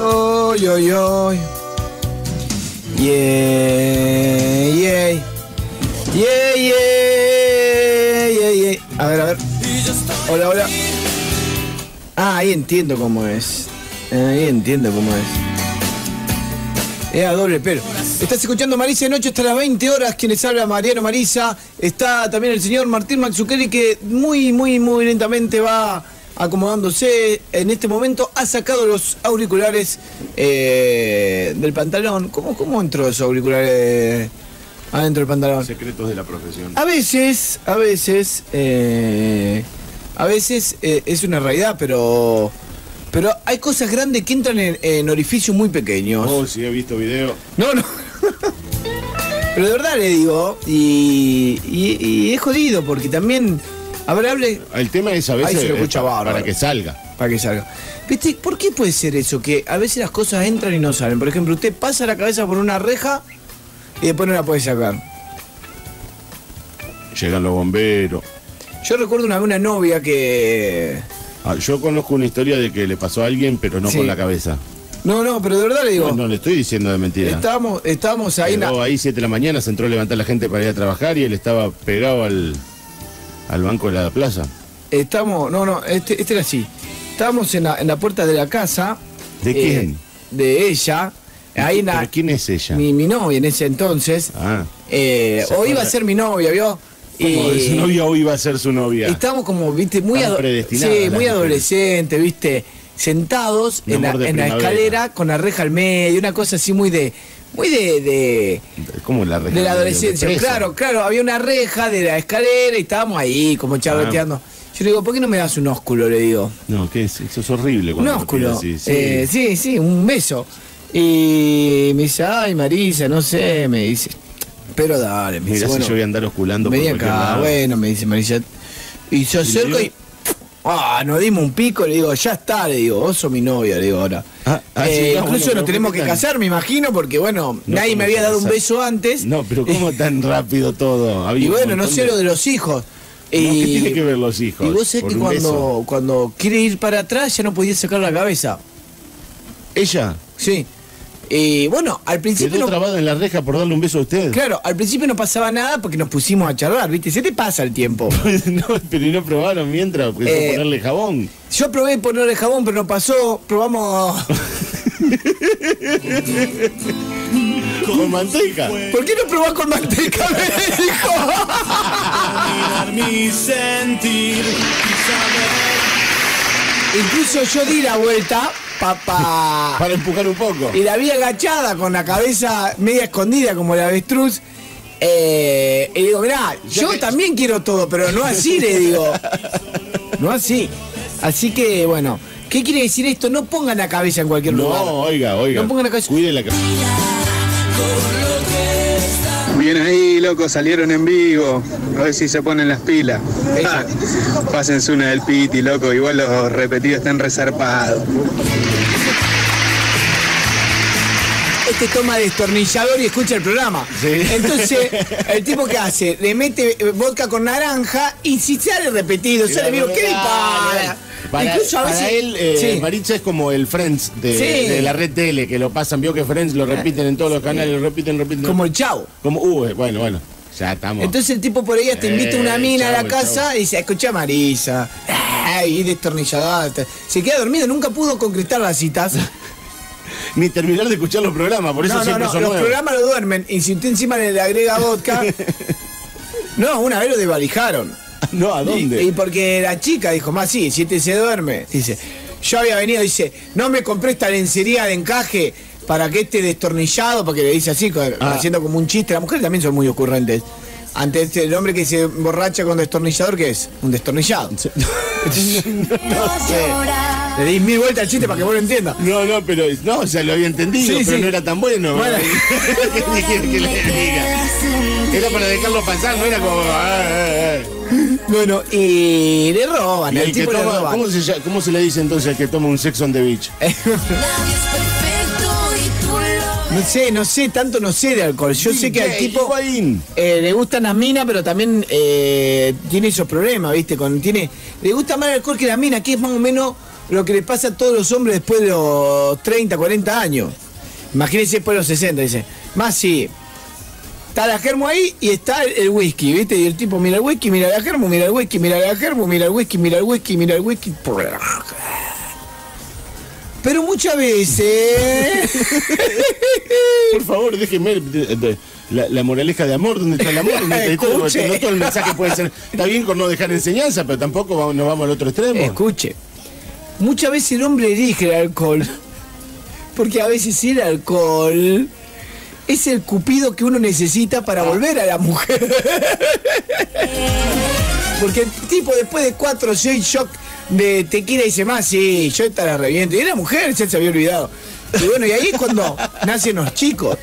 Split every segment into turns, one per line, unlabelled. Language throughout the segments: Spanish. Oy, oy, oy. Yeah, yeah. Yeah, yeah, yeah, yeah. A ver, a ver. Hola, hola. Ah, ahí entiendo cómo es. Eh, Ahí entiendo cómo es. Es a doble pero. Estás escuchando Marisa de Noche hasta las 20 horas. Quienes habla Mariano Marisa. Está también el señor Martín Mazzucchelli que muy, muy, muy lentamente va acomodándose. En este momento ha sacado los auriculares eh, del pantalón. ¿Cómo, ¿Cómo entró esos auriculares eh, adentro del pantalón?
Secretos de la profesión.
A veces, a veces, eh, a veces eh, es una realidad, pero pero hay cosas grandes que entran en, en orificios muy pequeños.
Oh, sí, he visto video.
No, no. Pero de verdad le digo, y, y- y es jodido porque también, a ver, hable
El tema es a
Ahí
veces
se lo
eh,
escucha
pa-
bárbaro.
para que salga.
para que salga. ¿Viste? ¿Por qué puede ser eso? Que a veces las cosas entran y no salen. Por ejemplo, usted pasa la cabeza por una reja y después no la puede sacar.
Llegan los bomberos.
Yo recuerdo una, una novia que...
Ah, yo conozco una historia de que le pasó a alguien, pero no
Sí.
con la cabeza.
No, no, pero de verdad le digo,
No, no le estoy diciendo de mentira.
estábamos, estábamos ahí... en la-
Llegó ahí 7 de la mañana, se entró a levantar la gente para ir a trabajar y él estaba pegado al, al banco de la plaza.
Estamos, no, no, este, este era así. Estábamos en la, en la puerta de la casa. Eh,
¿De quién?
De ella. Ahí en la-
¿Pero quién es ella?
mi, mi novia en ese entonces.
Ah.
Eh,
Se
o
fue
iba a
la-
ser mi novia, ¿vio?
¿Cómo de
Y-
su novia o iba a ser su novia?
Estábamos como, viste, muy,
Tan
ado-
predestinadas
sí,
las
muy
mujeres.
adolescente, viste, sentados
Mi
en la,
amor de
en la
primavera.
escalera con la reja al medio, una cosa así muy de, muy de- de,
¿Cómo la reja?
de la adolescencia,
Presa.
claro, claro, había una reja de la escalera y estábamos ahí como charleteando.
Ah.
Yo le digo, ¿por qué no me das un ósculo? Le digo.
No, ¿qué es? Eso es horrible
Un
cuando te
ósculo. Eh,
piden
Sí
así,
sí.
sí.
un beso. Y me dice, ay Marisa, no sé, me dice. Pero dale, me dice.
Mirá
bueno,
si yo voy a andar osculando por
vení
cualquier
acá,
lado.
bueno, me dice Marisa. Y se acerca
digo?
y. Ah, nos dimos un pico, le digo, ya está, le digo, vos sos mi novia, le digo ahora.
Ah, ah, sí,
Eh,
ah, bueno,
incluso
pero
nos tenemos que
¿cómo están?
casar, me imagino, porque bueno,
No,
nadie
¿cómo
me había
se
dado un
casa?
beso antes.
No, pero ¿cómo tan rápido todo? Había
Y
un
bueno, no
montón
sé lo de los hijos.
No,
Y-
¿Qué tiene que ver los hijos?
Y vos sabés
Por
que
un beso.
cuando, cuando quiere ir para atrás ya no podía sacar la cabeza.
Ella
Sí. Y bueno, al principio
quedó
no,
trabada en la reja por darle un beso a usted.
claro, al principio no pasaba nada porque nos pusimos a charlar, ¿viste? Se te pasa el tiempo.
no, pero y no probaron mientras, porque
Eh,
yo ponerle jabón.
Yo probé ponerle jabón, pero no pasó. Probamos.
Con manteca.
¿Por qué no probás con manteca? Me dijo.
mi sentir
Incluso yo di la vuelta, papá.
Para empujar un poco.
Y la vi agachada con la cabeza media escondida como la avestruz. Eh, y digo, mirá, yo también quiero todo, pero no así, le digo. No así. Así que, bueno, ¿qué quiere decir esto? No pongan la cabeza en cualquier lugar.
No, oiga, oiga.
No pongan la cabeza.
Cuide la cabeza.
Bien ahí, loco, salieron en vivo. A ver si se ponen las pilas. Ja, Pásense una del piti, loco. Igual los repetidos están resarpados.
Este toma destornillador y escucha el programa.
Sí.
Entonces, el tipo que hace, le mete eh, vodka con naranja y si sale repetido, sale vivo, ¿qué le para?
Para,
Incluso a
para
veces.
él, eh,
Sí.
Maritza es como el Friends de,
Sí.
de la red tele, que lo pasan, vio que Friends lo repiten en todos los canales, lo repiten, repiten.
como el chavo.
Como, uh, bueno, bueno, ya estamos.
Entonces el tipo por ahí hasta invita
Eh,
una mina a la
chau,
casa y dice, escucha Marisa, ay, y destornilladora. Se queda dormido, nunca pudo concretar las citas.
Ni terminar de escuchar los programas, por eso
No, no,
siempre
no,
son
los
nuevos.
programas lo duermen y si usted encima le agrega vodka... No, una vez lo desvalijaron.
No, ¿a dónde?
Y, y porque la chica dijo, más sí, si este se duerme, dice, yo había venido, dice, no me compré esta lencería de encaje para que este destornillado, porque le dice así, co-
Ah.
haciendo como un chiste, las mujeres también son muy ocurrentes. Ante este, el hombre que se borracha con destornillador, ¿qué es? Un destornillado. Le di mil vueltas al chiste para que vos lo entiendas.
No, no, pero no, ya lo había entendido,
Sí,
pero
sí.
no era tan bueno.
Bueno.
¿Qué dije que le diga? Era para dejarlo pasar, no era como. ah, ah, ah.
Bueno, y le roban,
Y
al
el que
tipo le
toma-
roban.
¿cómo, se, llama- ¿Cómo se le dice entonces al que toma un sex on the beach?
No sé, no sé, tanto no sé de alcohol. Yo sé que al
DJ
tipo
Higuaín.
eh, le gustan las minas, pero también eh, tiene esos problemas, ¿viste? Con, tiene, le gusta más el alcohol que la mina, que es más o menos lo que le pasa a todos los hombres después de los 30, 40 años. Imagínense después de los 60, dice. Más si está la germo ahí y está el, el whisky, ¿viste? Y el tipo mira el whisky, mira la germo, mira el whisky, mira la germo, mira el whisky, mira el whisky, mira el whisky. Pero muchas veces...
Por favor, déjeme de- de- la, la moraleja de amor, ¿dónde está el amor? ¿Dónde está todo? Porque
Escuche.
no todo el mensaje puede ser. Está bien con no dejar enseñanza, pero tampoco va- nos vamos al otro extremo.
Escuche, muchas veces el hombre elige el alcohol, porque a veces el alcohol es el cupido que uno necesita para volver a la mujer. Porque el tipo después de cuatro o seis shock de tequila dice más, sí, yo esta la reviento. Y era mujer, ya se había olvidado. Y bueno, y ahí es cuando nacen los chicos.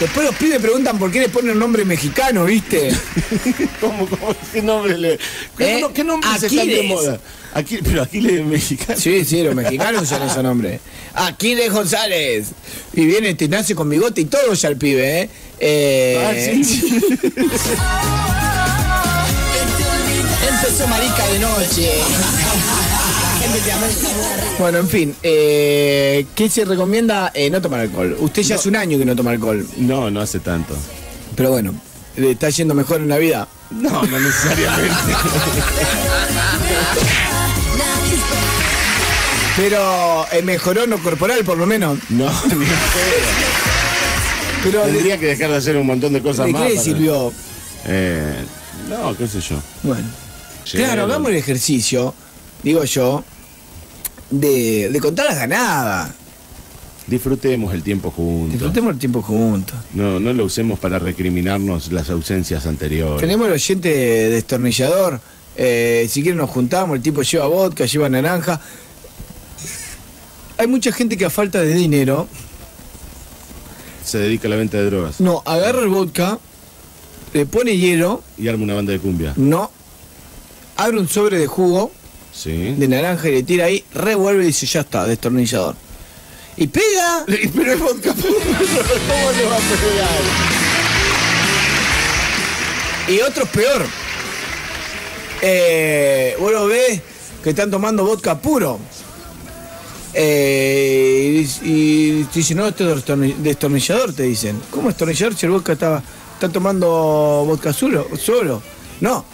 Después los pibes preguntan por qué le ponen un nombre mexicano, ¿viste?
¿Cómo, cómo, qué nombre le.? ¿Qué,
Eh,
no- qué nombres están de
Aquiles.
moda? Aquí, pero Aquiles es mexicano.
Sí, sí, los mexicanos usan ese nombre. Aquiles González. Y viene, te nace con bigote y todo ya el pibe, ¿eh? Eh,
Ah, sí, sí.
Empezó marica de noche. Gente que amó el sabor. Bueno, en fin, eh, ¿qué se recomienda? Eh, no tomar alcohol. Usted ya hace un año que no toma alcohol,
No, no hace tanto.
pero bueno, le está yendo mejor en la vida.
No, no necesariamente.
Pero eh, mejoró en lo corporal, por lo menos.
No, ni en pedo.
Pero ¿de,
Tendría que dejar de hacer un montón de cosas
de
más.
qué le
para-
sirvió?
Eh, no, qué sé yo.
Bueno.
Sí,
claro,
no.
hagamos el ejercicio, digo yo, de, de contar las ganadas.
Disfrutemos el tiempo juntos.
Disfrutemos el tiempo juntos.
No, no lo usemos para recriminarnos las ausencias anteriores.
Tenemos el oyente destornillador. eh, si quieren nos juntamos, el tipo lleva vodka, lleva naranja. Hay mucha gente que a falta de dinero,
Se dedica a la venta de drogas
no, agarra el vodka, le pone hielo,
y arma una banda de cumbia.
no, abre un sobre de jugo
Sí.
de naranja y le tira ahí, revuelve y dice, ya está, destornillador. Y pega.
Pero es vodka puro, ¿cómo le va a pegar?
Y otros peor. Eh, vos lo ves que están tomando vodka puro. Eh, y, y te dicen, no, esto es destorni- destornillador, te dicen. ¿Cómo destornillador si el vodka estaba, está tomando vodka solo, solo? No,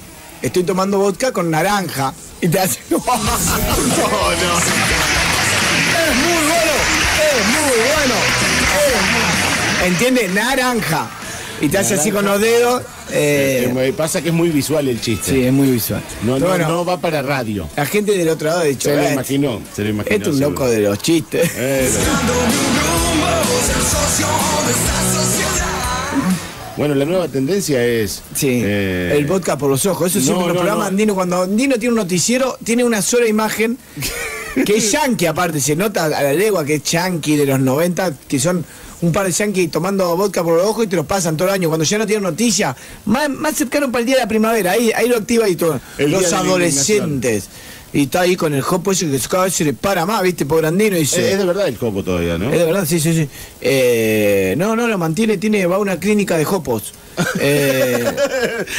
estoy tomando vodka con naranja. Y te hacen... no, no. Es muy bueno, es muy bueno. es muy- ¿Entiendes? Naranja. Y te hace así con los dedos. eh,
Eh, me pasa que es muy visual el chiste.
Sí, es muy visual.
No,
Pero
no,
bueno,
no va para radio.
La gente del otro lado ha dicho,
Se lo
"Eh,
imaginó, se lo imaginó.
este es un
seguro.
loco de los chistes.
Eh, Bueno, la nueva tendencia es.
Sí,
eh,
el vodka por los ojos. Eso
no,
siempre en los
no,
programas
no.
Andino. Cuando Andino tiene un noticiero, tiene una sola imagen que es yankee, aparte. Se nota a la legua que es yankee de los 90, que son un par de yankees tomando vodka por los ojos y te los pasan todo el año. Cuando ya no tienen noticia, más, más cercano para el día de la primavera. Ahí, ahí lo activa y todo.
El día
los
de la
adolescentes. Y está ahí con el hopo ese que cada vez se le para más, ¿viste? Pobre Andino. Y
Es,
dice,
es de verdad el copo todavía, ¿no?
Es de verdad, sí, sí, sí. Eh, no, no, lo mantiene, tiene, va a una clínica de Jopos. Eh,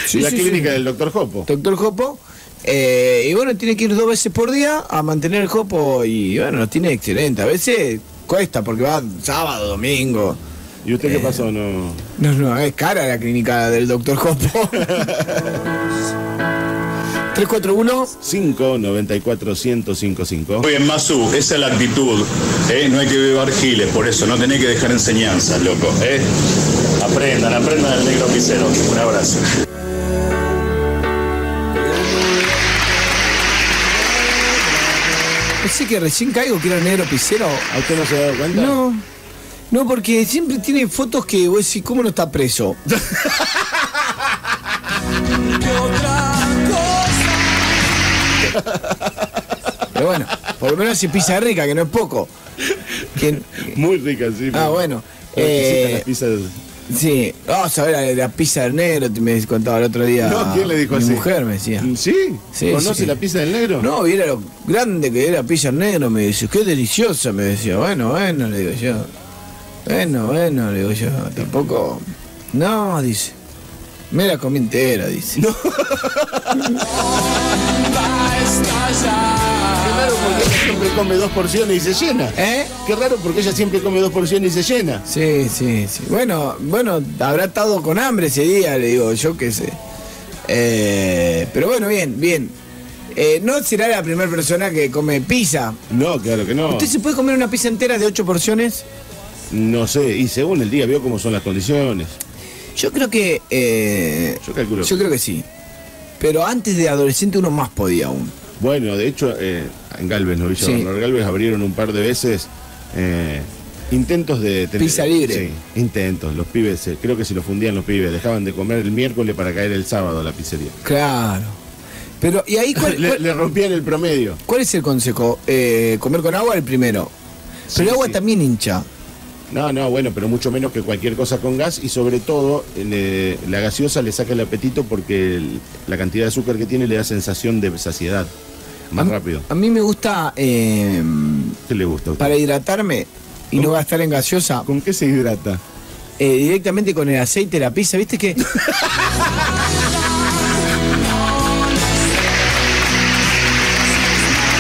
sí,
la
sí,
clínica
sí.
del doctor Jopo.
Doctor Jopo. eh, y bueno, tiene que ir dos veces por día a mantener el Jopo y bueno, lo tiene excelente. A veces cuesta porque va sábado, domingo.
¿Y usted
Eh.
qué pasó? No.
No, no, es cara la clínica del Doctor Jopo. 341
5 94 1055.
Muy bien, Masu, esa es la actitud. ¿eh? No hay que llevar giles, por eso no tenés que dejar enseñanzas, loco. ¿eh? Aprendan, aprendan del negro pisero. Un abrazo.
Pensé que recién caigo que era el negro pisero.
¿A usted no se ha dado cuenta?
No. No, porque siempre tiene fotos que vos decís, ¿cómo no está preso? Pero bueno, por lo menos se pisa rica, que no es poco. Que-
Muy rica, sí.
Ah, bueno.
Pero que
Eh,
sí, las pizzas
Sí, vamos a ver la, la pizza del negro, te- me contaba el otro día.
No, ¿quién le dijo
mi
así?
mujer me decía.
Mm, ¿Sí?
Sí,
¿Conoce
sí.
la pizza del negro?
No, viera lo grande que era pizza al negro, me dice, qué deliciosa, me decía, bueno, bueno, le digo yo. Bueno, bueno, le digo yo, tampoco. No, dice. Me la comí entera, dice.
Qué raro porque ella siempre come dos porciones y se llena.
¿Eh?
Qué raro porque ella siempre come dos porciones y se llena.
Sí, sí, sí. Bueno, bueno, habrá estado con hambre ese día, le digo, yo qué sé. Eh, pero bueno, bien, bien. Eh, no será la primera persona que come pizza.
No, claro que no.
¿Usted se puede comer una pizza entera de ocho porciones?
No sé, y según el día veo cómo son las condiciones.
Yo creo que. eh,
Yo calculo.
Yo creo que sí. Pero antes de adolescente uno más podía aún.
Bueno, de hecho, eh, en Galvez, no Villa
Sí.
Bernardo Galvez abrieron un par de veces eh, intentos de tener.
Pizza libre.
Sí, intentos. Los pibes, eh, creo que se lo fundían los pibes, dejaban de comer el miércoles para caer el sábado a la pizzería.
Claro. Pero, ¿y ahí cuál,
Le,
cuál-
le rompían el promedio.
cuál es el consejo? Eh, comer con agua el primero. Pero
Sí,
el agua
sí.
también hincha.
No, no, bueno, pero mucho menos que cualquier cosa con gas y sobre todo eh, le- la gaseosa le saca el apetito porque el- la cantidad de azúcar que tiene le da sensación de saciedad. Más
Am-
rápido.
A mí me gusta eh,
¿Qué le gusta? a usted?
para hidratarme y no gastar en gaseosa
¿Con qué se hidrata?
eh, directamente con el aceite de la pizza. ¿Viste que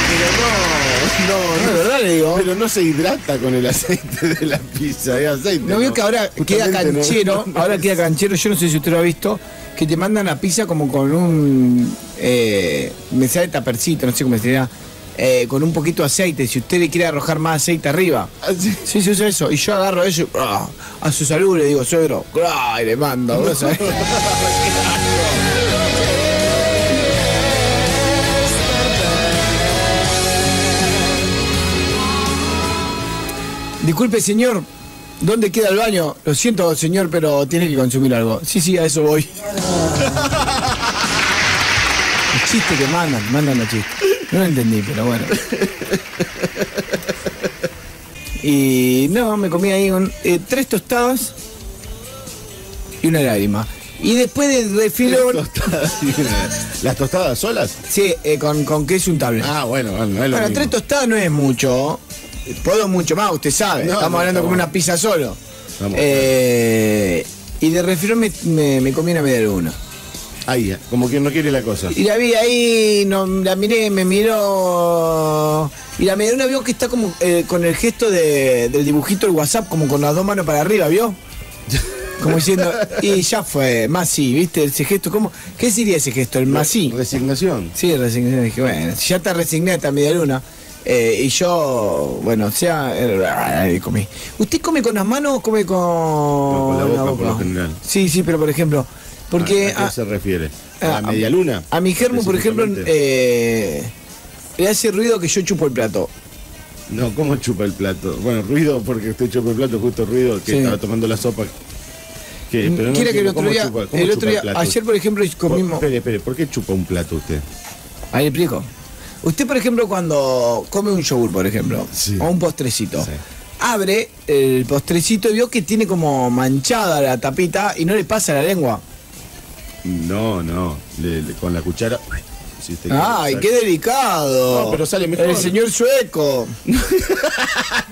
Pero no,
No, de verdad le digo.
Pero no se hidrata con el aceite de la pizza, es aceite.
no vio que ahora queda
Justamente no.
canchero? Ahora queda canchero. Yo no sé si usted lo ha visto. Que te mandan la pizza como con un. Eh, me sale tapercito, no sé cómo se dirá. eh, con un poquito de aceite. Si usted le quiere arrojar más aceite arriba.
Ah, sí.
Sí, se usa eso. Y yo agarro eso y, ah, a su salud le digo, suegro, ah, y le mando. ¿vos sabés? Disculpe, señor, ¿dónde queda el baño? Lo siento, señor, pero tiene que consumir algo. Sí, sí, a eso voy. El chiste que mandan, mandan los chistes. No lo entendí, pero bueno. Y no, me comí ahí un- eh, tres tostadas y una lágrima. Y después de, de filón,
Tostadas. ¿Las tostadas solas?
sí, eh, con, con queso untable.
Ah, bueno, bueno, no es lo
bueno,
mismo.
tres tostadas no es mucho. Puedo mucho más, usted sabe.
No,
Estamos
no,
hablando como
estamos-
una pizza solo.
Estamos-
Eh, y de refilón me, me, me comí una media luna.
Ahí, como quien no quiere la cosa.
Y la vi ahí, no, la miré, me miró. Y la media luna vio que está como eh, con el gesto de- del dibujito del WhatsApp, como con las dos manos para arriba, ¿vio? Como diciendo, y ya fue, más sí, ¿viste? Ese gesto, ¿cómo? ¿Qué sería ese gesto? El más sí.
Resignación.
Sí, resigné, dije, bueno, si ya te resigné a esta media luna. eh, y yo, bueno, o sea, eh, y comí. ¿Usted come con las manos o come con,
con la boca, por lo general.
Sí, sí, pero por ejemplo, porque
¿A, a qué
ah,
se refiere?
Ah,
¿A la media luna?
A mi germo, por ejemplo,
específicamente?
eh, le hace ruido que yo chupo el plato.
No, ¿cómo chupa el plato? Bueno, ruido, porque usted chupa el plato, justo ruido, que
Sí.
estaba tomando la sopa. ¿Qué? Pero no
Quiere que el
entiendo,
otro
¿cómo
día,
chupa-
el
cómo chupa
otro día,
plato?
ayer por ejemplo
Por-
comimos.
Espere, espere, ¿por qué chupa un plato usted?
Ahí le explico. Usted, por ejemplo, cuando come un yogur, por ejemplo,
Sí.
o un postrecito,
Sí.
abre el postrecito y vio que tiene como manchada la tapita y no le pasa la lengua.
No, no, le- le- con la cuchara. si usted quiere,
¡Ay,
saca.
Ah, qué delicado!
No, pero sale mejor.
El señor sueco.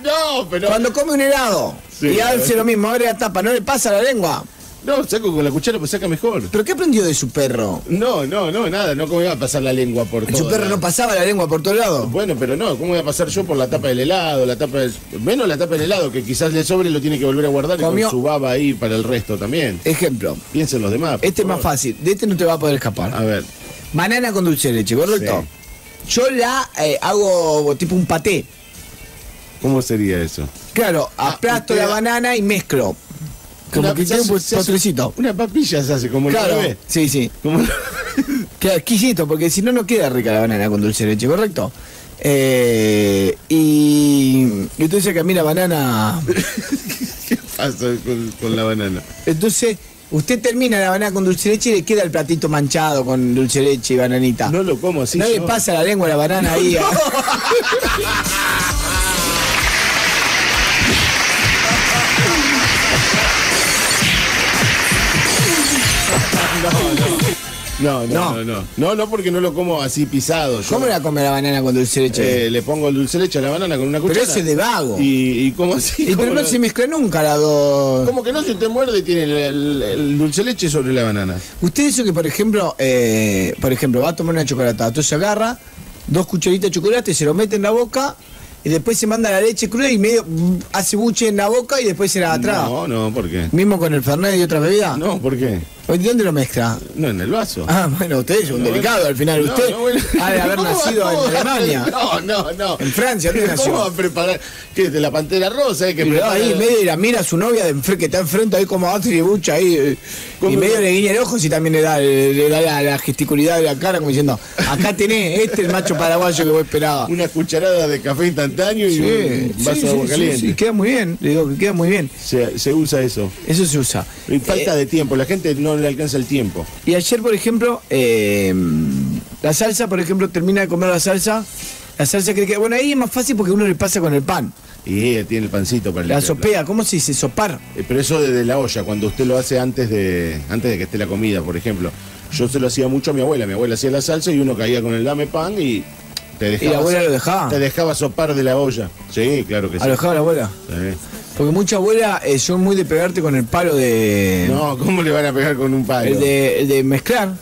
No, pero.
Cuando come un helado
Sí,
y
la
hace
verdad.
lo mismo, abre la tapa, no le pasa la lengua.
No, saco con la cuchara, pues saca mejor.
¿Pero qué aprendió de su perro?
No, no, no, nada, no, ¿cómo iba a pasar la lengua por todo?
Su perro no pasaba la lengua por todos lados.
Bueno, pero no, ¿cómo voy a pasar yo por la tapa del helado? La tapa del- Menos la tapa del helado, que quizás le sobre y lo tiene que volver a guardar y
Comió-
con su baba ahí para el resto también.
Ejemplo,
Piensen los demás. por
este es más
favor.
fácil, de este no te va a poder escapar.
A ver,
Banana con dulce de leche, ¿correcto? Yo la eh, hago tipo un paté.
¿cómo sería eso?
Claro,
Ah,
aplasto
usted-
la banana y mezclo. Como
Una-
que
se
tiene un
hace- se hace-
postrecito.
Una papilla se hace como el
Claro,
bebé.
sí, sí.
Como el-
Queda exquisito, porque si no, no queda rica la banana con dulce de leche, ¿correcto? Eh, y, y usted dice que a mí la banana...
¿Qué pasa con, con la banana?
Entonces, usted termina la banana con dulce de leche y le queda el platito manchado con dulce de leche y bananita.
No lo como así.
no le
yo.
pasa la lengua a la banana ahí. ¿eh?
No, no,
No.
no, no. No, no, porque no lo como así pisado. Yo,
¿Cómo la come la banana con dulce de leche?
eh, le pongo el dulce de leche a la banana con una
Pero
cuchara.
ese es de vago.
¿Y, y cómo así?
y pero
¿Cómo
no
lo-
se mezcla nunca las dos.
Como que no se te muerde, tiene el, el- el dulce de leche sobre la banana.
Usted dice que, por ejemplo, eh, por ejemplo, va a tomar una chocolatada, entonces agarra dos cucharitas de chocolate, se lo mete en la boca y después se manda la leche cruda y medio mm, hace buche en la boca y después se la atrás.
No, no, ¿por qué?
Mismo con el Fernet y otras bebidas.
No, ¿por qué?
¿De dónde lo mezcla?
No, en el vaso.
Ah, bueno, usted es un
No,
delicado
bueno.
al final.
No,
usted
no, bueno.
ha de haber
¿Cómo va-
nacido
cómo
en
va-
Alemania.
No, no, no.
En Francia, ¿dónde nació?
¿Cómo va a preparar? ¿Qué? ¿De la pantera rosa? eh, que
Y lo da
prepara-
ahí en medio y la mira a su novia de enfre- que está enfrente ahí como hace y bucha ahí. eh, Y
¿Cómo?
medio le guiña el ojo y también le da, le, le da la, la gesticulidad de la cara como diciendo, acá tenés, este es el macho paraguayo que vos esperabas.
Una cucharada de café instantáneo y un vaso de agua caliente.
sí, queda muy bien, le digo que queda muy bien.
Se, se usa eso.
Eso se usa.
Y falta
Eh,
de tiempo, la gente no le alcanza el tiempo.
y ayer, por ejemplo, eh, la salsa, por ejemplo, termina de comer la salsa. La salsa cree que. Bueno, ahí es más fácil porque uno le pasa con el pan.
Y ella tiene el pancito para
La
limpiarla.
sopea, ¿cómo se dice? Sopar.
Eh, Pero eso desde la olla, cuando usted lo hace antes de, antes de que esté la comida, por ejemplo. Yo se lo hacía mucho a mi abuela. Mi abuela hacía la salsa y uno caía con el dame pan y te dejaba,
¿Y la abuela lo dejaba?
te dejaba sopar de la olla. Sí, claro que sí. Eh.
Alojaba la abuela.
Sí.
Porque muchas abuelas eh, son muy de pegarte con el palo de.
No, ¿cómo le van a pegar con un palo?
El de, el de mezclar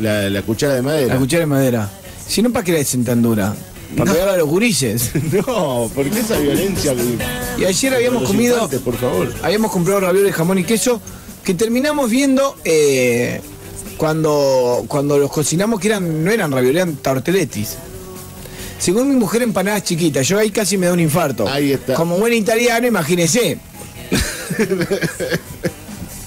La, la cuchara de
la
madera.
cuchara de madera. Si no, ¿para qué la dicen tan dura? Para pegar a los gurises.
no, ¿por qué esa violencia?
Y ayer habíamos
Los
comido.
infantes, por favor.
Habíamos comprado ravioles, jamón y queso. Que terminamos viendo eh, cuando, cuando los cocinamos que eran, no eran ravioles, eran tarteletis. Según mi mujer, empanadas chiquitas. Yo ahí casi me da un infarto.
Ahí está.
Como buen italiano, imagínese.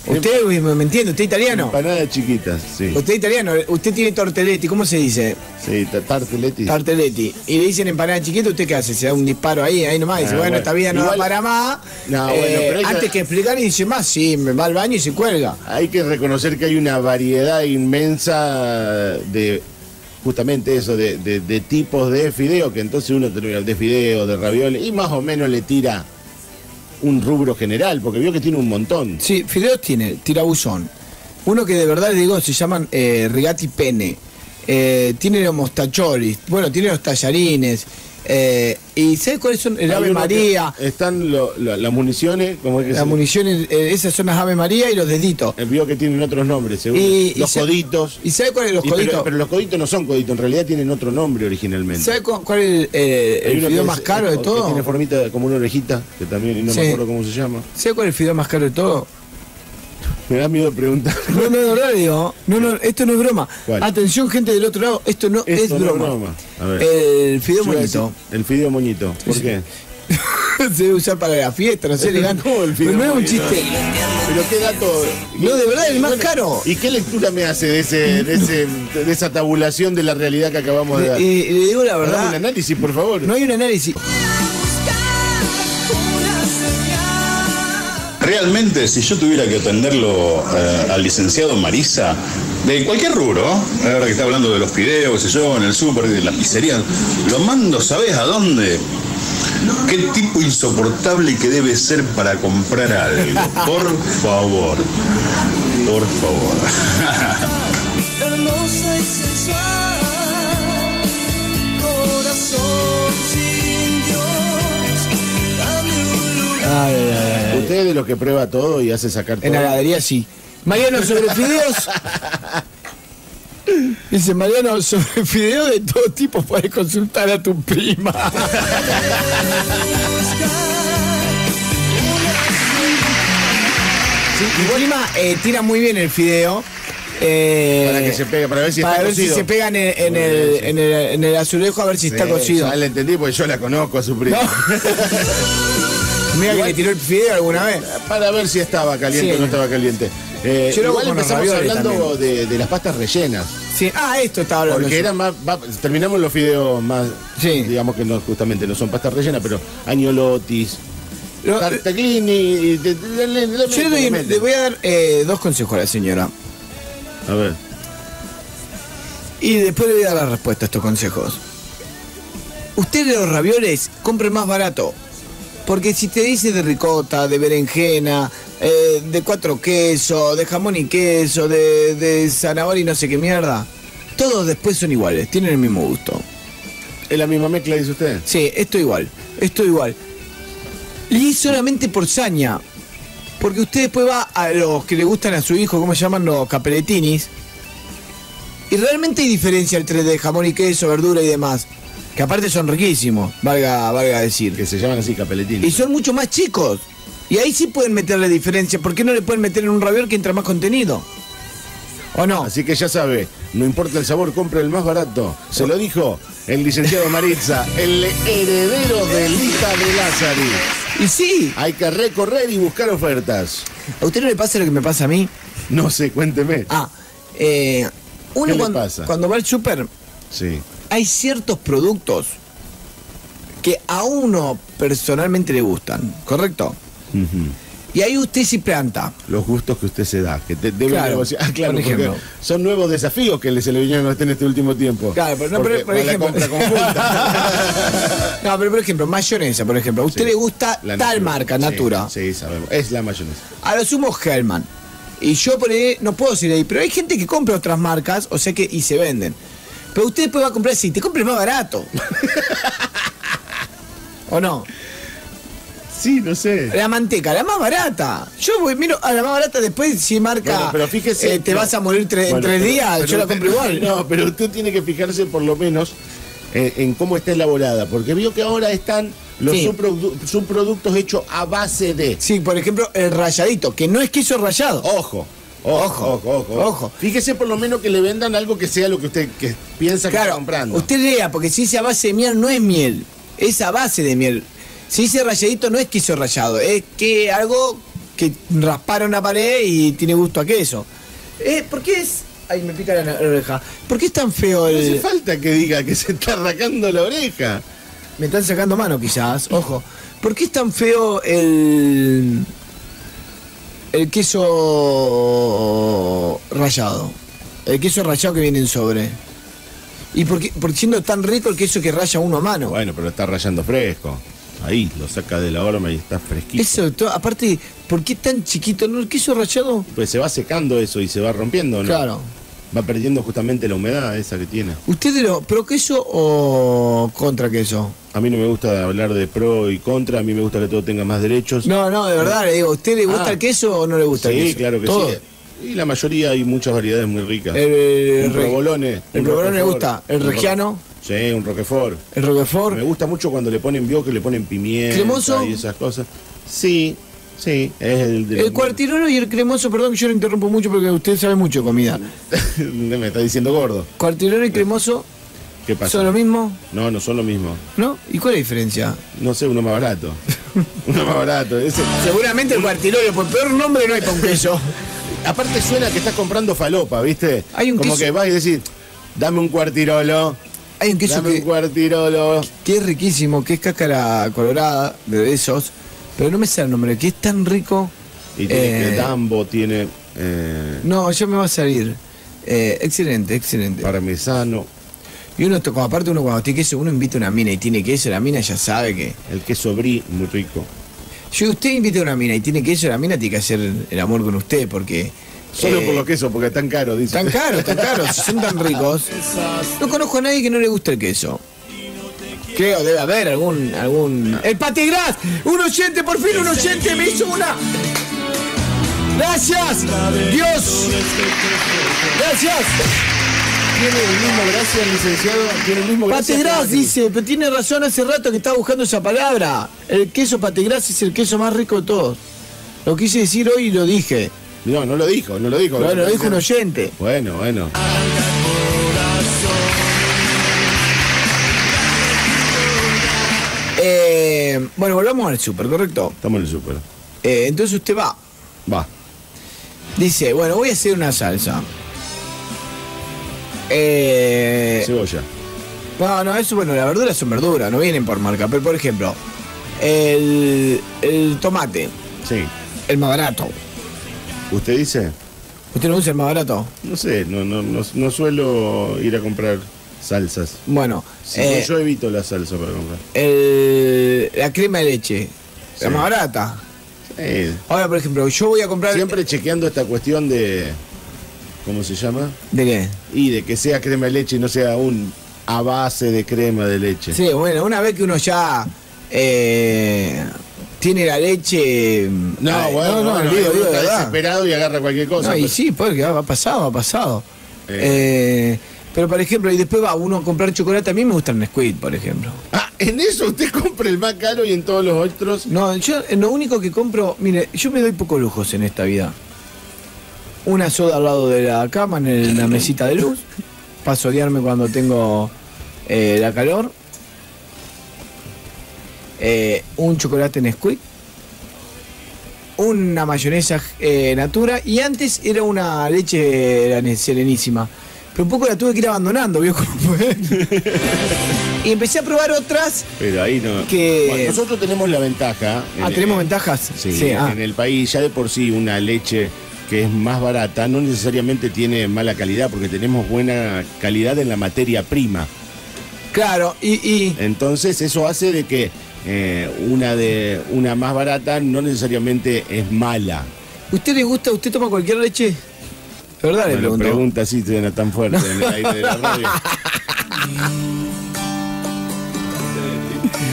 usted me me entiende, usted es italiano.
Empanadas chiquitas, sí.
Usted es italiano, usted tiene torteletti, ¿cómo se dice?
Sí, ta- tarteleti.
Tarteletti. Y le dicen empanada chiquita, ¿usted qué hace? Se da un disparo ahí, ahí nomás, dice,
Ah,
bueno,
bueno.
esta vida no
Igual-
da para más.
No,
Eh,
bueno, pero ella-
antes que explicar y dice más, sí, me va al baño y se cuelga.
Hay que reconocer que hay una variedad inmensa de justamente eso, de, de- de tipos de fideo, que entonces uno termina de fideo, de ravioles, y más o menos le tira un rubro general, porque vio que tiene un montón.
Sí, fideos tiene, tirabuzón. Uno que de verdad le digo, se llaman eh, rigati pene. Eh, tiene los mostacholis, bueno, tiene los tallarines. eh, ¿Y sabes cuáles son? El
Hay
Ave
uno que-
María,
Están lo- lo- las municiones, como es que
las
se-
municiones, eh, esas son las Ave María y los deditos.
eh, vio que tienen otros nombres, seguro.
Y- y
los
se-
coditos.
¿Y sabes cuáles los
Y pero-
coditos?
Pero, los coditos no son coditos, en realidad tienen otro nombre originalmente.
¿Sabe cu- cuál es el, eh, el
Hay uno
fideo
que
más
es-
caro de
que
todo?
tiene formita de- como una orejita, que también, y no
Sí.
me acuerdo cómo se llama.
¿Sabe cuál es el fideo más caro de todo?
Me da miedo preguntar.
No, no, no, no, digo. No, no, esto no es broma.
¿Cuál?
Atención, gente del otro lado, esto no
Esto
es
no es
broma.
broma. A ver.
El fideo
Yo iba a
bonito.
decir, El fideo moñito. ¿Por
Sí,
qué?
Se debe usar para la fiesta, no sé,
No,
elegante.
el fideo
Pero no es un
moñito.
chiste.
Pero qué dato.
No, de verdad, el más
Bueno,
caro.
¿Y qué lectura me hace de, ese, de, ese- de esa tabulación de la realidad que acabamos de dar?
Y, y le digo la
Hagamos un
verdad,
análisis, por favor.
no hay un análisis.
Realmente, si yo tuviera que atenderlo eh, al licenciado Marisa, de cualquier rubro, ¿eh? ahora que está hablando de los fideos, qué sé yo, en el súper, en las pizzerías, lo mando, ¿sabes a dónde? Qué tipo insoportable que debe ser para comprar algo. Por favor. Por favor.
hermosa y sensual. Corazón sin Dios, dame un lugar.
Ay, ay, ay.
Usted es de los que prueba todo y hace sacar todo.
En la heladería sí. Mariano sobre fideos. Dice Mariano sobre fideos de todo tipo puedes consultar a tu prima. Sí, mi prima eh, tira muy bien el fideo. eh,
Para que se pegue, para ver si
para
está
ver si
cocido.
se pega en el, en
Muy
el-
bien, sí.
en el- en el azulejo a ver si está
Sí,
cocido.
Ya la entendí porque yo la conozco a su primo.
Mira que le tiró el fideo alguna vez.
Para ver si estaba caliente
Sí.
o no estaba caliente. Eh,
Yo lo hago
igual
con los
empezamos
ravioles
hablando de, de las pastas rellenas.
Sí. Ah, esto estaba hablando.
Porque
yo.
eran más, va- terminamos los fideos más,
Sí.
digamos que no, justamente no son pastas rellenas, pero añolotis,
Lo-
tartaglini, y de- de- de- de-
Yo le, doy-
de-
le voy a dar eh, dos consejos a la señora.
A ver,
Y después le voy a dar la respuesta a estos consejos. Usted de los ravioles compre más barato. Porque si te dice de ricota, de berenjena, eh, de cuatro quesos, de jamón y queso, de, de zanahoria y no sé qué mierda. Todos después son iguales, tienen el mismo gusto.
Es la misma mezcla, dice usted.
Sí, esto igual, esto igual. Y solamente por saña. Porque usted después va a los que le gustan a su hijo, ¿cómo se llaman? Los capeletinis. Y realmente hay diferencia entre de jamón y queso, verdura y demás. Que aparte son riquísimos, valga, valga decir.
Que se llaman así
Y
capeletinos.
son mucho más chicos. Y ahí sí pueden meterle diferencia. ¿Por qué no le pueden meter en un raviol que entra más contenido? ¿O no?
Así que ya sabe, no importa el sabor, compre el más barato. Se lo dijo el licenciado Maritza, el heredero de Lita de Lázari.
Y sí,
Hay que recorrer y buscar ofertas.
a usted no le pasa lo que me pasa a mí.
No sé, cuénteme.
Ah, eh,
¿Qué
uno
le
cuan-
pasa?
cuando va al súper
Sí.
hay ciertos productos que a uno personalmente le gustan, ¿correcto?
Ujú.
Y ahí usted sí planta.
Los gustos que usted se da, que te- debe
Claro,
negociar. Ah, claro,
por
porque
ejemplo.
son nuevos desafíos que le- se le vinieron a usted en este último tiempo.
Claro, pero no,
Porque
pero por
va a la
ejemplo.
compra conjunta.
no, pero por ejemplo, mayonesa, por ejemplo. A usted
Sí.
le gusta
La
tal
Natura.
marca,
Sí,
Natura.
Sí, sabemos. Es la mayonesa.
A lo sumo Hellman. Y yo por ahí no puedo ser ahí, pero hay gente que compra otras marcas, o sea que, y se venden. Pero usted después va a comprar si te compre más barato. ¿O no?
Sí, no sé.
La manteca, la más barata. Yo voy, miro a la más barata después si marca.
Bueno, pero fíjese.
eh, te
no.
vas a morir tre-
Bueno,
en tres
pero-
días,
pero
yo la
usted-
compro igual.
No, pero usted tiene que fijarse por lo menos eh, en, cómo está elaborada, porque vio que ahora están los
Sí.
subprodu- subproductos hechos a base de.
Sí, por ejemplo, el rayadito, que no es queso rayado.
Ojo. Ojo,
Ojo,
ojo, ojo,
ojo.
Fíjese por lo menos que le vendan algo que sea lo que usted que piensa que está
claro,
comprando.
usted lea, porque si dice a base de miel, no es miel, es a base de miel. Si dice rayadito, no es queso rayado, es que algo que rasparon la pared y tiene gusto a queso. Eh, ¿Por qué es.? Ay, me pica la, na- la oreja. ¿Por qué es tan feo
No hace
el.?
falta que diga que se está arrancando la oreja.
Me están sacando mano quizás, ojo. ¿Por qué es tan feo el. el queso rallado? El queso rallado que viene en sobre. ¿Y por qué por siendo tan rico el queso que raya uno a mano?
Bueno, pero está rayando fresco. Ahí, lo saca de la horma y está fresquito.
Eso, to- aparte, ¿por qué tan chiquito? ¿No? ¿El queso rallado?
Pues se va secando eso y se va rompiendo, ¿no?
Claro.
Va perdiendo justamente la humedad esa que tiene.
¿Usted de lo pro queso o contra queso?
A mí no me gusta hablar de pro y contra, a mí me gusta que todo tenga más derechos.
No, no, de verdad, le digo, ¿usted le gusta
Ah.
el queso o no le gusta el
sí,
queso?
claro que
Todo.
sí. Y la mayoría hay muchas variedades muy ricas.
El,
un
re-
provolone.
el
un
provolone me
roquefort,
gusta, el
un ro-
reggiano.
Sí, un roquefort.
el Roquefort.
Me gusta mucho cuando le ponen bio, que le ponen pimienta
¿Cremoso?
y esas cosas. Sí, sí, es el de
El cuartirolo y el cremoso, perdón que yo lo interrumpo mucho porque usted sabe mucho de comida.
Me está diciendo gordo.
Cuartirolo y cremoso
¿Qué pasa?
son lo mismo,
No, no son lo mismo.
¿no? ¿Y cuál es la diferencia?
No sé, uno más barato. uno más barato. Ese-
Seguramente el cuartirolo, por peor nombre no hay con queso.
Aparte suena que estás comprando falopa, ¿viste?
Hay un
Como
queso-
que vas y decís, dame un cuartirolo,
Hay un queso
dame un
que,
cuartirolo.
que es riquísimo, que es cáscara colorada de esos, pero no me sale el nombre, que es tan rico.
Y tiene
Eh,
que Dambo, tiene eh,
No, ya me va a salir. Eh, excelente, excelente.
parmesano,
Y uno, to- aparte uno cuando tiene queso, uno invita a una mina y tiene queso, la mina ya sabe que...
el queso brie, muy rico.
Yo, usted invita a una mina y tiene queso, la mina tiene que hacer el amor con usted porque...
Solo
eh,
por los quesos, porque están caros, dice.
Tan caros, tan caros, si son tan ricos. No conozco a nadie que no le guste el queso. Creo, debe haber algún. algún. ¡El pategras! ¡Un oyente! ¡Por fin un oyente me hizo una! ¡Gracias! ¡Dios! ¡Gracias!
Tiene el mismo gracias, licenciado, tiene el mismo gracias.
Pategras dice, pero tiene razón hace rato que estaba buscando esa palabra. El queso pategras es el queso más rico de todos. Lo quise decir hoy y lo dije.
No, no lo dijo, no lo dijo.
Bueno, lo dijo un oyente.
Bueno, bueno.
Eh, bueno, volvamos al súper, ¿correcto?
Estamos en el súper.
Eh, entonces usted va.
Va.
Dice, bueno, voy a hacer una salsa. Eh,
Cebolla.
no, no, eso, bueno, las verduras son verduras, no vienen por marca. Pero, por ejemplo, el, el tomate,
Sí.
el más barato.
¿Usted dice?
¿Usted no usa el más barato?
No sé, no, no, no, no suelo ir a comprar salsas.
Bueno,
Sí,
eh,
yo evito la salsa para comprar.
el- la crema de leche, la
Sí.
más barata.
Eh,
Ahora, por ejemplo, yo voy a comprar.
siempre chequeando esta cuestión de. ¿Cómo se llama?
¿De qué?
Y de que sea crema de leche y no sea un a base de crema de leche.
Sí, bueno, una vez que uno ya eh, tiene la leche.
No,
ay,
bueno, no, no,
digo, digo, de
está
verdad.
desesperado y agarra cualquier cosa.
No, y
pero-
sí, porque ha ha pasado, ha pasado. Eh, pero por ejemplo, y después va uno a comprar chocolate. A mí me gusta el Nesquik, por ejemplo.
Ah, en eso usted compra el más caro y en todos los otros.
No, yo eh, lo único que compro, mire, yo me doy pocos lujos en esta vida. Una soda al lado de la cama, en el- en la mesita de luz, para solearme cuando tengo eh, la calor. Eh, un chocolate en squid. Una mayonesa eh, natura. Y antes era una leche eh, la- serenísima. Pero un poco la tuve que ir abandonando, ¿vio cómo fue? y empecé a probar otras.
Pero ahí no.
Que-
Bueno, nosotros tenemos la ventaja.
Ah,
en-
tenemos
en-
ventajas.
Eh, Sí,
ah.
en el país ya de por sí una leche que es más barata no necesariamente tiene mala calidad porque tenemos buena calidad en la materia prima.
Claro, y, y
Entonces eso hace de que eh, una de una más barata no necesariamente es mala.
¿usted le gusta, usted toma cualquier leche? De verdad le
Me lo
pregunto.
pregunta así, suena tan fuerte en el aire de la radio.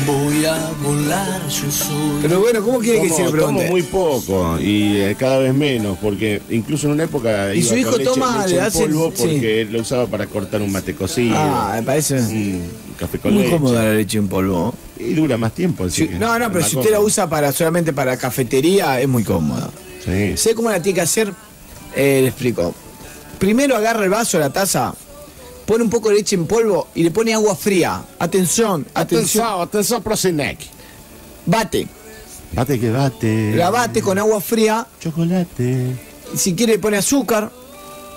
Voy a volar, yo soy.
Pero bueno, ¿cómo quiere que se
Tomo,
lo
tomo
pregunte?
muy poco y eh, cada vez menos, porque incluso en una época
Y
iba
su
con
hijo
leche-
toma,
leche
le
en
hacen-
polvo
sí.
porque lo usaba para cortar un mate cocido,
Ah, me parece
un café con
muy
leche.
cómoda la leche en polvo.
Y dura más tiempo. así
Si-
que
no, no, pero
la
si usted la
compro.
usa para solamente para cafetería, es muy cómoda.
Sí.
¿Sé cómo la tiene que hacer? Eh, le explico. Primero agarra el vaso, la taza, pone un poco de leche en polvo y le pone agua fría. Atención, atención.
Atención, atención, Prosenac.
Bate.
Bate que bate.
La bate con agua fría
Chocolate.
si quiere le pone azúcar,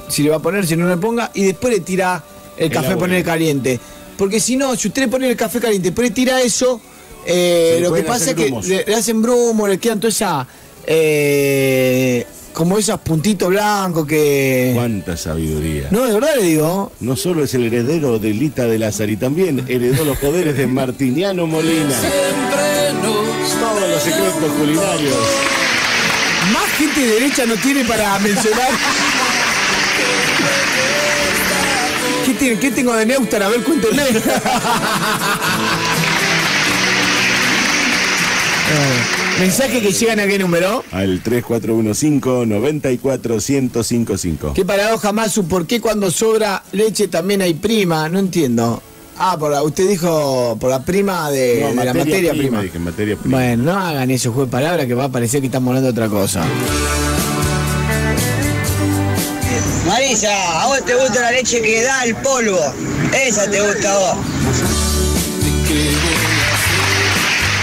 si le va a poner, si no le ponga, y después le tira el
El
café
agua.
poner caliente. Porque si no, si usted le pone el café caliente, después le tira eso, eh,
Se le
lo que
pueden
pasa
hacer
es que
brumos.
le, le hacen brumo, le quedan toda esa. eh, como esos puntitos blancos que.
Cuánta sabiduría.
No, de verdad le digo.
No solo es el heredero de Lita de Lázaro y también heredó los poderes de Martiniano Molina.
Siempre nos
Todos los secretos culinarios.
Más gente de derecha no tiene para mencionar. ¿Qué, tiene- qué tengo de Neustar? A ver, cuénteme. Eh, Mensaje que llegan a qué número.
Al 3415-941055.
Qué paradoja más, ¿por qué cuando sobra leche también hay prima? No entiendo. Ah, por la- usted dijo por la prima de, de la materia prima.
Dije, materia prima.
Bueno, no hagan ese juego de palabras que va a parecer que estamos hablando de otra cosa.
Marisa, a vos te gusta la leche que da el polvo. Esa te gusta a vos.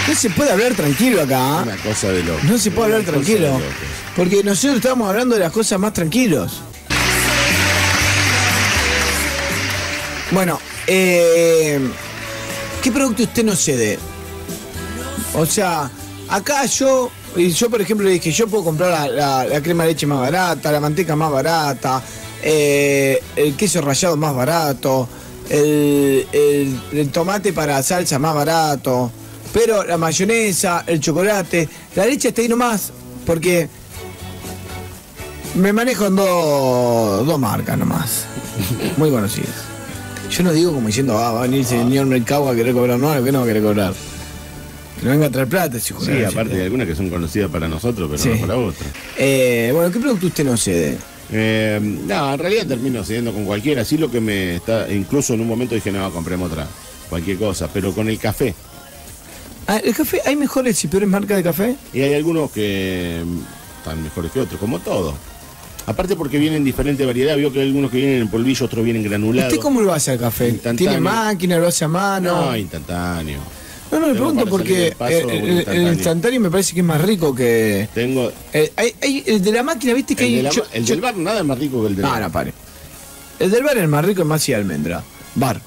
No se puede hablar tranquilo acá. ¿ah?
Una cosa de loco.
No se puede hablar
Una cosa de
tranquilo.
locos.
Porque nosotros estamos hablando de las cosas más tranquilos. Bueno, eh, ¿qué producto usted no cede? O sea, acá yo, y yo por ejemplo le dije, yo puedo comprar la, la- la crema de leche más barata, la manteca más barata, eh, el queso rallado más barato, el, el- el tomate para salsa más barato, pero la mayonesa, el chocolate, la leche está ahí nomás, porque me manejo en dos, dos marcas nomás, muy conocidas. Yo no digo como diciendo, ah, va a venir el señor Mercado a querer cobrar, no, que no va a querer cobrar. Que no venga a traer plata, si
Sí, aparte de algunas que son conocidas para nosotros, pero
Sí.
no para otras.
Eh, bueno, ¿qué producto usted no cede?
Eh, no, en realidad termino cediendo con cualquiera. Así lo que me está. Incluso en un momento dije, no, compremos otra. Cualquier cosa. Pero con el café.
Ah, ¿El café? ¿Hay mejores y peores marcas de café?
Y hay algunos que mm, están mejores que otros, como todo. Aparte porque vienen diferente variedad. Vio que hay algunos que vienen en polvillo, otros vienen granulados.
¿Usted cómo lo hace al café?
Instantáneo.
¿Tiene máquina? ¿Lo hace a mano?
No, instantáneo.
No, no, le
Tengo
pregunto
para
porque
salir del paso,
eh, el,
un
el
instantáneo.
instantáneo me parece que es más rico que...
Tengo.
Eh, hay- hay- el de la máquina, viste que
El,
hay...
de la-
yo-
el
yo-
del bar nada es más rico que el del
No,
bar.
no, pare. El del bar es más rico, es más y almendra. Bar.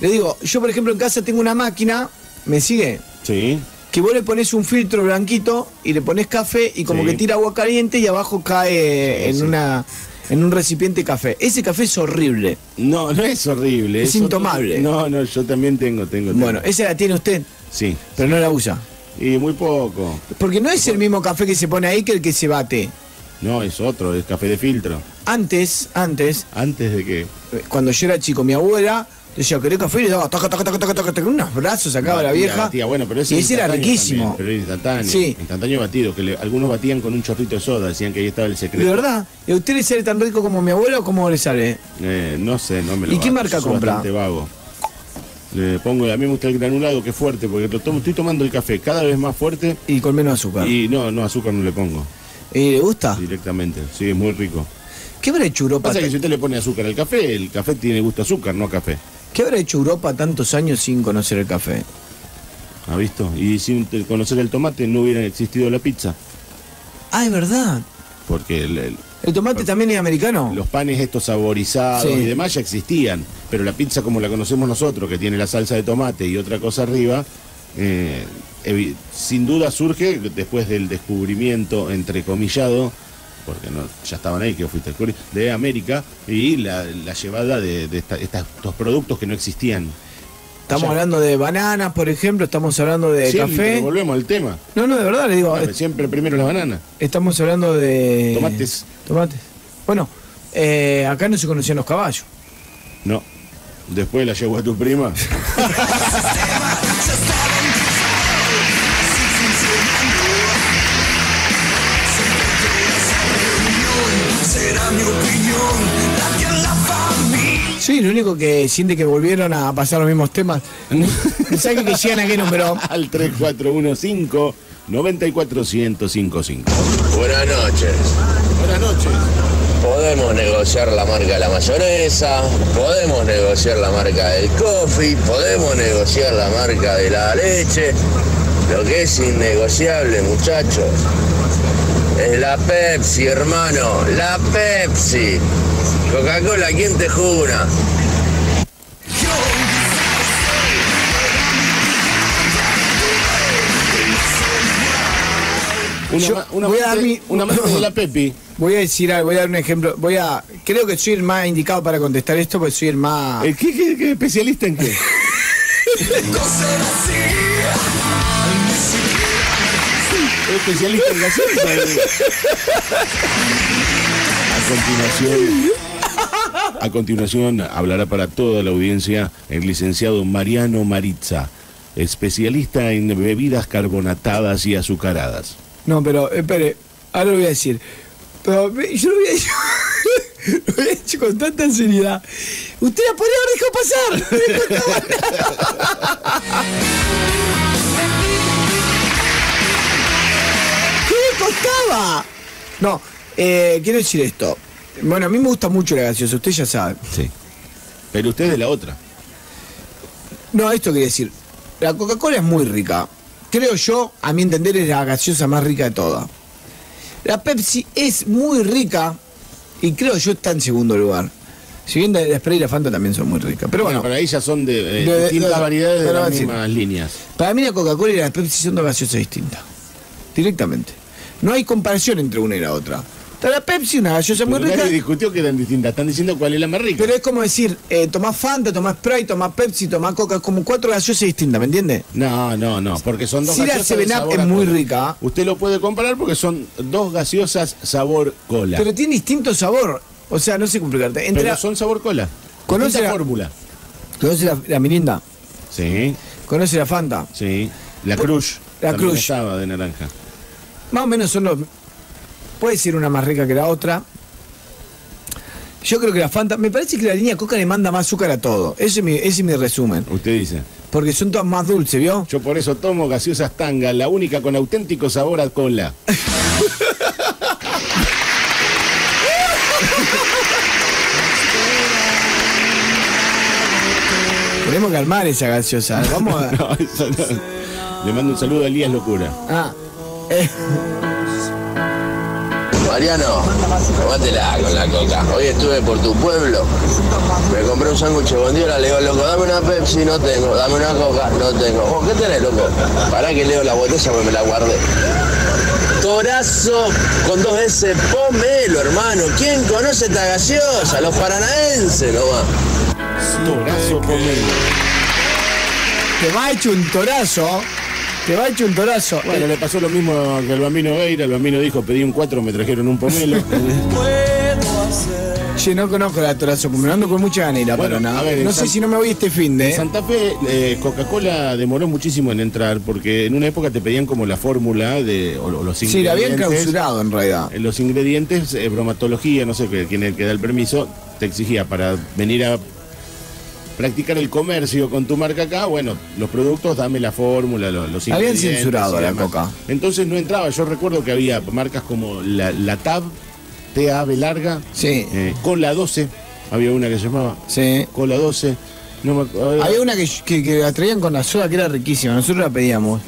Le digo, yo por ejemplo en casa tengo una máquina, ¿me sigue?
Sí.
Que vos le pones un filtro blanquito y le pones café y como
Sí.
que tira agua caliente y abajo cae
Sí,
en
sí.
una en un recipiente café. Ese café es horrible.
No, no es horrible.
Es
otro-
intomable.
No, no, yo también tengo, tengo. tengo.
Bueno, esa la tiene usted,
Sí.
pero no la usa.
Y muy poco.
Porque no es el mismo café que se pone ahí que el que se bate.
No, es otro, es café de filtro.
Antes, antes,
Antes de que.
eh, cuando yo era chico, mi abuela decía, ¿querés café? Y le daba taca, taca, taca, taca, taca, taca, unos brazos sacaba la
Batía,
vieja.
batía. Bueno, pero ese
y ese era
instantáneo
riquísimo.
también, pero era instantáneo.
Sí.
Instantáneo batido, que le- algunos batían con un chorrito de soda, decían que ahí estaba el secreto.
De verdad. ¿Y a usted le sale tan rico como mi abuela o cómo le sale?
Eh, no sé, no me lo
¿Y qué
banco,
marca
soy
compra?
bastante vago. Le pongo, a mí me gusta el granulado, que es fuerte, porque lo tomo- estoy tomando el café cada vez más fuerte
Y con menos azúcar. ¿Y,
y no, no, azúcar no le pongo
le gusta?
directamente. Sí, es muy rico.
¿Qué habrá hecho Europa?
Pasa que
ta-
si usted le pone azúcar al café, el café tiene gusto a azúcar, no a café.
¿Qué habrá hecho Europa tantos años sin conocer el café?
¿Ha visto? Y sin te- conocer el tomate no hubiera existido la pizza,
Ah, es verdad.
porque el- el-
¿El tomate
Pues,
también es americano?
los panes estos saborizados
Sí.
y demás ya existían, pero la pizza como la conocemos nosotros, que tiene la salsa de tomate y otra cosa arriba, eh, evi- sin duda surge después del descubrimiento, entrecomillado, porque no, ya estaban ahí, que fuiste a descubrir, de América y la, la llevada de, de esta- esta- estos productos que no existían.
Estamos
Ya.
hablando de bananas, por ejemplo, estamos hablando de
Siempre
café. Eh.
volvemos al tema.
No, no, de verdad le digo,
Bueno,
est-
siempre primero las bananas.
estamos hablando de...
Tomates.
Tomates. Bueno, eh, acá no se conocían los caballos.
No. Después la llevo a tu prima.
Sí, lo único que siente que volvieron a pasar los mismos temas. ¿Sabes que llegan a qué número?
Al 3415 94155.
Buenas noches.
Buenas noches.
Podemos negociar la marca de la mayonesa, podemos negociar la marca del coffee, podemos negociar la marca de la leche. Lo que es innegociable, muchachos, es la Pepsi, hermano. La Pepsi. Coca-Cola, ¿quién te jura?
Una,
Yo
ma- una
voy a
amante-
dar mi-
una amante de la Pepi.
Voy a decir algo, voy a dar un ejemplo. Voy a. Creo que soy el más indicado para contestar esto, porque soy el más.
Eh, ¿Qué, qué- qué especialista en qué? especialista en gaseosa. eh. A continuación. A continuación hablará para toda la audiencia el licenciado Mariano Maritza, especialista en bebidas carbonatadas y azucaradas.
No, pero, espere, ahora lo voy a decir. Pero me- yo lo voy a decir. Lo he hecho con tanta seriedad. Usted la podría haber dejado pasar. No le costaba nada. ¿Qué le costaba? No, eh, quiero decir esto. Bueno, a mí me gusta mucho la gaseosa, usted ya sabe.
Sí. Pero usted es de la otra.
No, esto quería decir. La Coca-Cola es muy rica. Creo yo, a mi entender, es la gaseosa más rica de todas. La Pepsi es muy rica y creo yo está en segundo lugar. Si bien la la Spray y la Fanta también son muy ricas. Pero bueno,
para ellas son de,
De-
eh,
de-
distintas
de-
variedades de,
de-
las
sí.
mismas líneas.
para mí la Coca-Cola y la Pepsi son dos gaseosas distintas. Directamente. No hay comparación entre una y la otra. Está la Pepsi, una gaseosa muy
Pero
rica.
Nadie discutió que eran distintas. Están diciendo cuál es la más rica.
Pero es como decir, eh, tomás Fanta, tomás Sprite, tomás Pepsi, tomás Coca, como cuatro gaseosas distintas, ¿me entiende?
No, no, no, porque son dos
Sí, la
gaseosas. de
7 Up
sabor
es
a
muy
cola.
rica.
Usted lo puede comparar porque son dos gaseosas sabor cola. Pero,
Pero tiene distinto sabor. O sea, no sé complicarte. Entre la-
son sabor cola.
Conoce
Distinta
la-
fórmula.
¿Conoce la, la Mirinda?
Sí,
¿Conoce la Fanta?
sí. La Cruz.
La
también
Crush.
estaba de naranja.
Más o menos son los... Puede ser una más rica que la otra. Yo creo que la Fanta... Me parece que la línea Coca le manda más azúcar a todo. Ese es mi, ese es mi resumen.
Usted dice.
Porque son todas más dulces, ¿vio?
Yo por eso tomo gaseosas tanga, la única con auténtico sabor a cola.
Tenemos que armar esa gaseosa. Vamos a...
No, eso no. Le mando un saludo a Elías Locura.
Ah. Eh,
Mariano, tomatela con la coca. Hoy estuve por tu pueblo. Me compré un sándwich de bondiola, le digo, loco, dame una Pepsi, no tengo. Dame una coca, no tengo. Oh, ¿qué tenés, loco? Pará que leo la botella porque me la guardé. Torazo con dos S, pomelo, hermano. ¿Quién conoce esta gaseosa? Los paranaenses nomás.
Torazo pomelo.
te va hecho un torazo. Te va hecho un torazo.
Bueno, le pasó lo mismo que al bambino Veira. El bambino dijo, pedí un 4, me trajeron un pomelo.
Che, no conozco la torazo, pero ando con mucha gana ir a
Bueno,
Paraná.
a ver,
no
en
sé
San-
si no me voy este fin de.
en Santa Fe, eh, Coca-Cola demoró muchísimo en entrar porque en una época te pedían como la fórmula de, o, lo- los ingredientes.
Sí, la habían clausurado en realidad.
Eh, Los ingredientes, eh, bromatología, no sé qué- quién es el que da el permiso, te exigía para venir a practicar el comercio con tu marca acá, bueno, los productos, dame la fórmula, lo- los,
Habían
ingredientes.
censurado
y
la
demás.
Coca.
Entonces no entraba, yo recuerdo que había marcas como la, la TAB, TAB larga,
Sí,
eh, Cola 12, había una que se llamaba
sí.
Cola 12, no me acuerdo.
Había una que, que, que la traían con la soda que era riquísima, nosotros la pedíamos.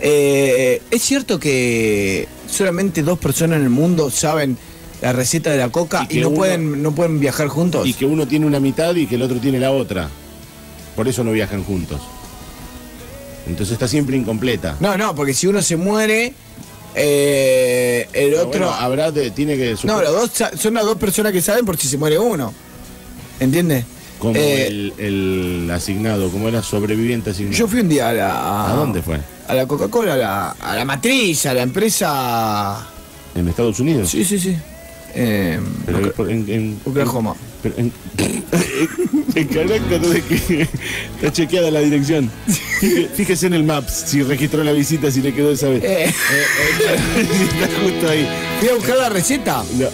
Eh, ¿Es cierto que solamente dos personas en el mundo saben la receta de la coca
Y
y,
que
no,
uno-
pueden, no pueden viajar juntos?
Y que uno tiene una mitad y que el otro tiene la otra. Por eso no viajan juntos. Entonces está siempre incompleta.
No, no, porque si uno se muere, eh, el
Pero
otro...
bueno, ah, habrá de- tiene que
no, los dos sa- son las dos personas que saben por si se muere uno. ¿Entiendes?
como
Eh,
el, el asignado, como era sobreviviente asignado.
Yo fui un día a la...
¿A dónde fue?
A la Coca-Cola, a la, a la matriz, a la empresa...
En Estados Unidos.
Sí, sí, sí. Eh,
Pero
Oca-
en, en-
Oklahoma.
pero en, en Caracas, no sé qué. está chequeada la dirección. Fíjese, fíjese en el Maps si registró la visita, si le quedó esa vez.
Eh,
está justo ahí.
fui a buscar la receta.
No,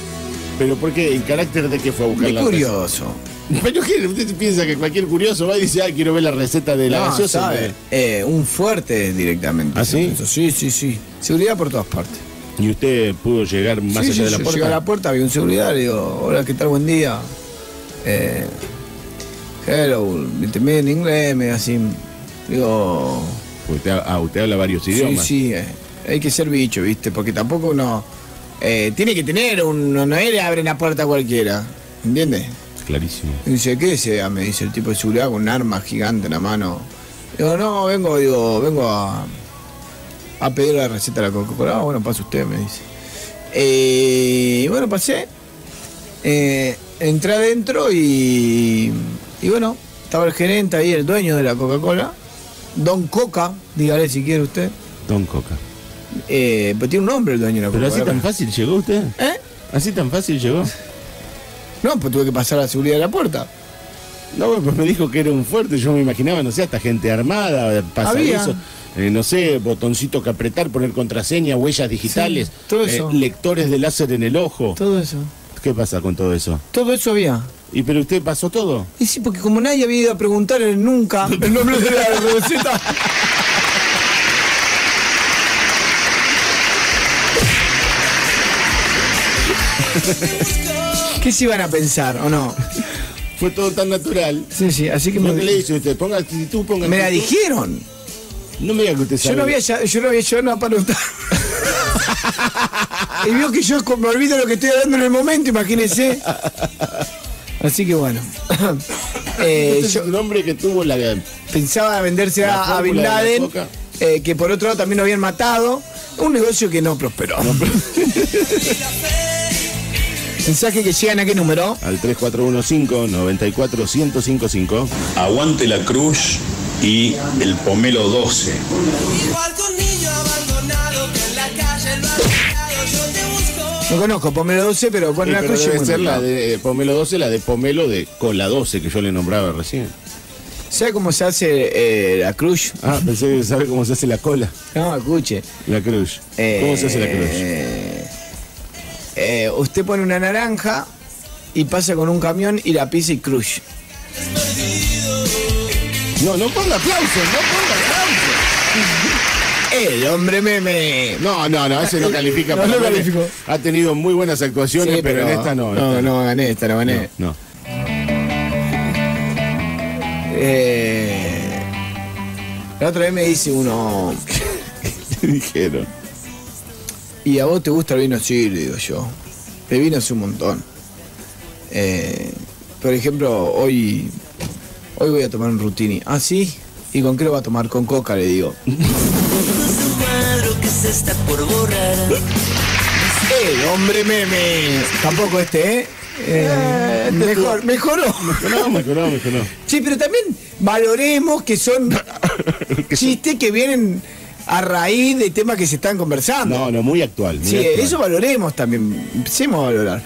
Pero porque el carácter de que fue a buscar
Qué
la
curioso.
receta? Pero ¿qué? usted piensa que cualquier curioso va y dice, ah, quiero ver la receta de la
No,
gaseosa.
sabe, eh, un fuerte directamente.
¿Ah,
se
sí?
puso. Sí, sí, sí. Seguridad por todas partes.
Y usted pudo llegar más
Sí,
allá
sí,
de la
yo
puerta.
llegué a la puerta, había un seguridad, le digo, hola, ¿qué tal? Buen día. Eh, hello, ¿viste? me en inglés, me así. Digo,
Usted, ah, usted habla varios
sí,
idiomas.
sí, eh, hay que ser bicho, ¿viste? Porque tampoco uno eh, tiene que tener, un, no, no es le abren la puerta a cualquiera, ¿entiendes?
Clarísimo.
Y Dice, ¿qué desea? Me dice el tipo de seguridad con un arma gigante en la mano. Digo, no, vengo, digo, vengo a, a pedir la receta de la Coca-Cola. Ah, bueno, pasa usted, me dice. Eh, y bueno, pasé. Eh, entré adentro y, y bueno, estaba el gerente ahí, el dueño de la Coca-Cola. Don Coca, dígale si quiere usted.
Don Coca.
Eh, pero tiene un nombre el dueño de la
Pero así
Coca-Cola.
tan fácil llegó usted.
¿Eh?
Así tan fácil llegó.
No, pues tuve que pasar a la seguridad de la puerta.
No, bueno, pues me dijo que era un fuerte. Yo me imaginaba, no sé, hasta gente armada,
Había.
pasadizos. eh, no sé, botoncito que apretar, poner contraseña, huellas digitales, eh,
Sí, todo eso.
lectores de láser en el ojo.
Todo eso.
¿Qué pasa con todo eso?
Todo eso había.
¿Y pero usted pasó todo?
Y sí, porque como nadie había ido a preguntar nunca el nombre de la receta. ¿Qué se iban a pensar o no?
Fue todo tan natural.
Sí, sí, así que
¿No le
me,
dice usted? Ponga actitud, ponga
me la
actitud.
dijeron.
No me diga que usted sabe.
Yo no había, ya- yo no había llegado a preguntar. y vio que yo me olvido lo que estoy hablando en el momento, imagínense. Así que bueno. Eh,
Este es
yo-
un hombre que tuvo la...
pensaba venderse
La
a, a Bin
fórmula de la
Laden,
coca.
eh, que por otro lado también lo habían matado. Un negocio que no prosperó. Mensaje que llegan a qué número?
Al 3415-94-1055.
Aguante la cruz y el pomelo 12.
Igual que un niño abandonado que en la calle lo ha dejado, yo te busco.
No conozco, Pomelo 12, pero con
Eh,
la
pero
cruz
debe
muy
ser la
marcado.
de eh, Pomelo 12, la de Pomelo de Cola 12, que yo le nombraba recién.
¿Sabe cómo se hace eh, la cruz?
Ah, pensé que sabe cómo se hace la cola.
No, escuche.
La cruz. ¿Cómo se hace la cruz?
Eh, eh, usted pone una naranja y pasa con un camión y la pisa y cruz.
No, no ponga aplausos, no ponga aplausos.
El hombre meme.
No, no, no, ese no califica
No,
para
no
meme.
calificó.
Ha tenido muy buenas actuaciones,
Sí,
pero, en esta no.
No, no gané esta, no gané.
no. no.
Eh, la otra vez me dice uno,
Te dijeron.
¿y a vos te gusta el vino? Sí, le digo yo. El vino es un montón. Eh, por ejemplo, hoy, hoy voy a tomar un rutini. ¿Ah, sí? ¿Y con qué lo va a tomar? Con coca, le digo.
cuadro que se está por borrar.
¡El ¡Eh, hombre meme! Tampoco este, ¿eh? Eh, mejor, mejoró.
No, mejoró, mejoró.
Sí, pero también valoremos que son chistes que vienen a raíz de temas que se están conversando.
No, no, muy actual. muy
Sí,
actual.
eso valoremos también, empecemos a valorar.